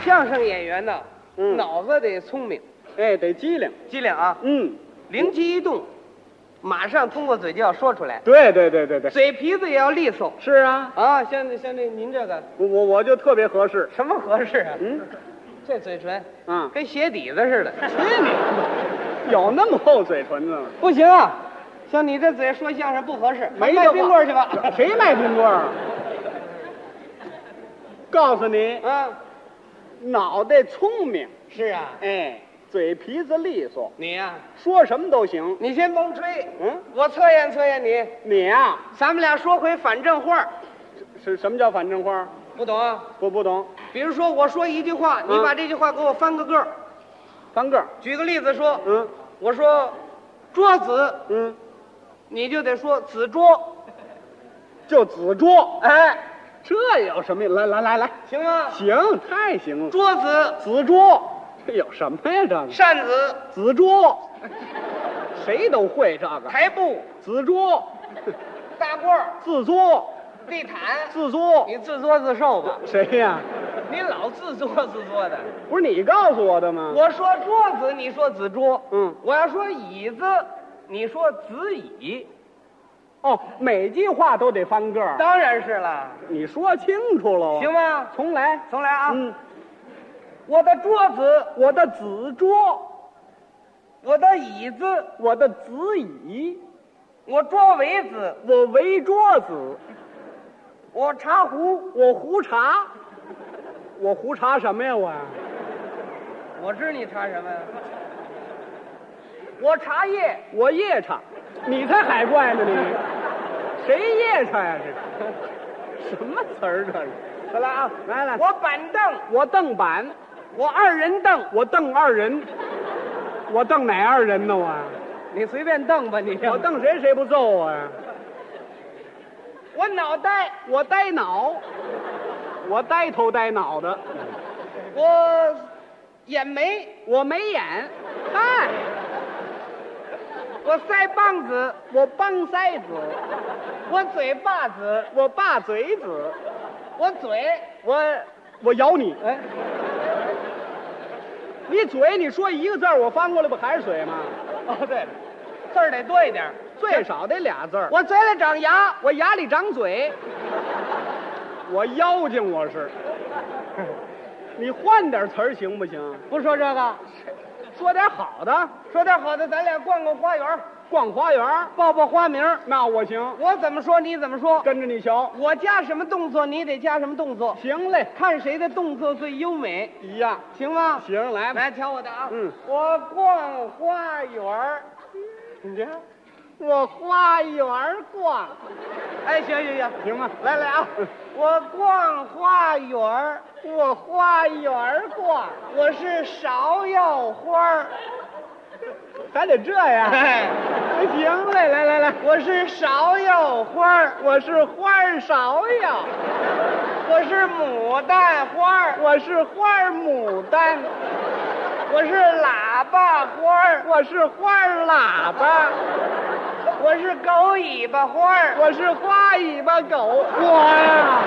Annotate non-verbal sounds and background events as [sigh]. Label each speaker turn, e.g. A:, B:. A: 相声演员呢，
B: 嗯
A: 脑子得聪明，
B: 哎，得机灵。
A: 机灵啊，
B: 嗯，
A: 灵机一动，马上通过嘴就要说出来，
B: 对对对对对，
A: 嘴皮子也要利索
B: 是啊，
A: 嗯啊。像这像这您这个
B: 我我我就特别合适。
A: 什么合适啊？
B: 嗯，
A: 这嘴唇
B: 啊，
A: 跟鞋底子似的，
B: 有那么厚嘴唇子吗？
A: [laughs] 不行啊。像你这嘴说相声不合适，
B: 没
A: 卖
B: 这
A: 冰
B: 话
A: 棍儿去吧。
B: [laughs] 谁卖冰棍儿啊？啊告诉你，
A: [laughs] 啊，
B: 脑袋聪明，
A: 是啊，
B: 哎，嘴皮子利索，
A: 你呀、
B: 说什么都行。
A: 你先甭吹，
B: 嗯，
A: 我测验测验你。
B: 你呀、
A: 咱们俩说回反正话儿，
B: 是什么叫反正话？
A: 不懂啊？嗯
B: 我不懂。
A: 比如说我说一句话，你把这句话给我翻个个儿。
B: 翻个儿，
A: 举个例子说，
B: 嗯
A: 我说桌子，
B: 嗯，
A: 你就得说子桌，
B: 就子桌，
A: 哎，
B: 这有什么呀？来来来来，
A: 行吗？
B: 行，太行了。
A: 桌子、
B: 子桌，这有什么呀？这个
A: 扇子、
B: 子桌，谁都会这个。
A: 台布、
B: 子桌，
A: 大褂儿、
B: 自作，
A: 地毯，
B: 自作，
A: 你自作自受吧，
B: 谁呀？
A: 你老自作自作的。
B: 不是你告诉我的吗？
A: 我说桌子，你说子桌，
B: 嗯，
A: 我要说椅子，你说子椅，
B: 哦，每句话都得翻个儿，
A: 当然是了，
B: 你说清楚了。
A: 行，吗？
B: 重来。
A: 重来啊！
B: 嗯，
A: 我的桌子，
B: 我的子桌，
A: 我的椅子，
B: 我的子椅，
A: 我桌围子，
B: 我围桌子，
A: 我茶壶，
B: 我胡茶，我胡茶什么呀？我
A: 我知你茶什么呀？我茶叶，
B: 我夜叉，你才海怪呢你，谁夜叉呀、这是？什么词儿这是？再来啊，来来，
A: 我板凳，
B: 我瞪板，
A: 我二人凳，
B: 我瞪二人，我瞪哪二人呢？我
A: 你随便瞪吧你。
B: 我瞪谁谁不揍我呀？
A: 我脑袋，
B: 我呆脑，我呆头呆脑的，
A: 我眼眉，
B: 我没眼，嗨，
A: 我腮帮子，
B: 我帮腮子，
A: 我嘴巴子，
B: 我爸嘴子，
A: 我嘴，
B: 我我咬你，
A: 哎，
B: 你嘴你说一个字儿，我翻过来不还是嘴吗？
A: 哦对了，字儿得多一点儿。
B: 最少得俩字儿。
A: 我嘴里长牙，
B: 我牙里长嘴，我妖精我是。 [laughs] 你换点词儿行不行？
A: 不说这个，
B: 说点好的，
A: 说点好的，咱俩逛逛花园儿，
B: 逛花园，
A: 报报花名儿。
B: 那我行，
A: 我怎么说你怎么说，
B: 跟着你瞧。
A: 我加什么动作你得加什么动作，
B: 行嘞，
A: 看谁的动作最优美，
B: 一样。
A: 行吗？
B: 行，来吧。
A: 来瞧我的啊，
B: 嗯
A: 我逛花园儿，
B: 你这，我花园逛，
A: 哎，行行行，
B: 行吗？
A: 来来啊，我逛花园儿，
B: 我花园逛，
A: 我是芍药花儿，
B: 咱得这样。
A: 哎，
B: 行嘞，来来来，
A: 我是芍药花儿，
B: 我是花儿芍药，
A: 我是牡丹花儿，
B: 我是花儿牡丹，
A: 我是喇叭花儿，
B: 我是花儿喇叭。
A: 我是狗尾巴花儿，
B: 我是花尾巴狗，我呀，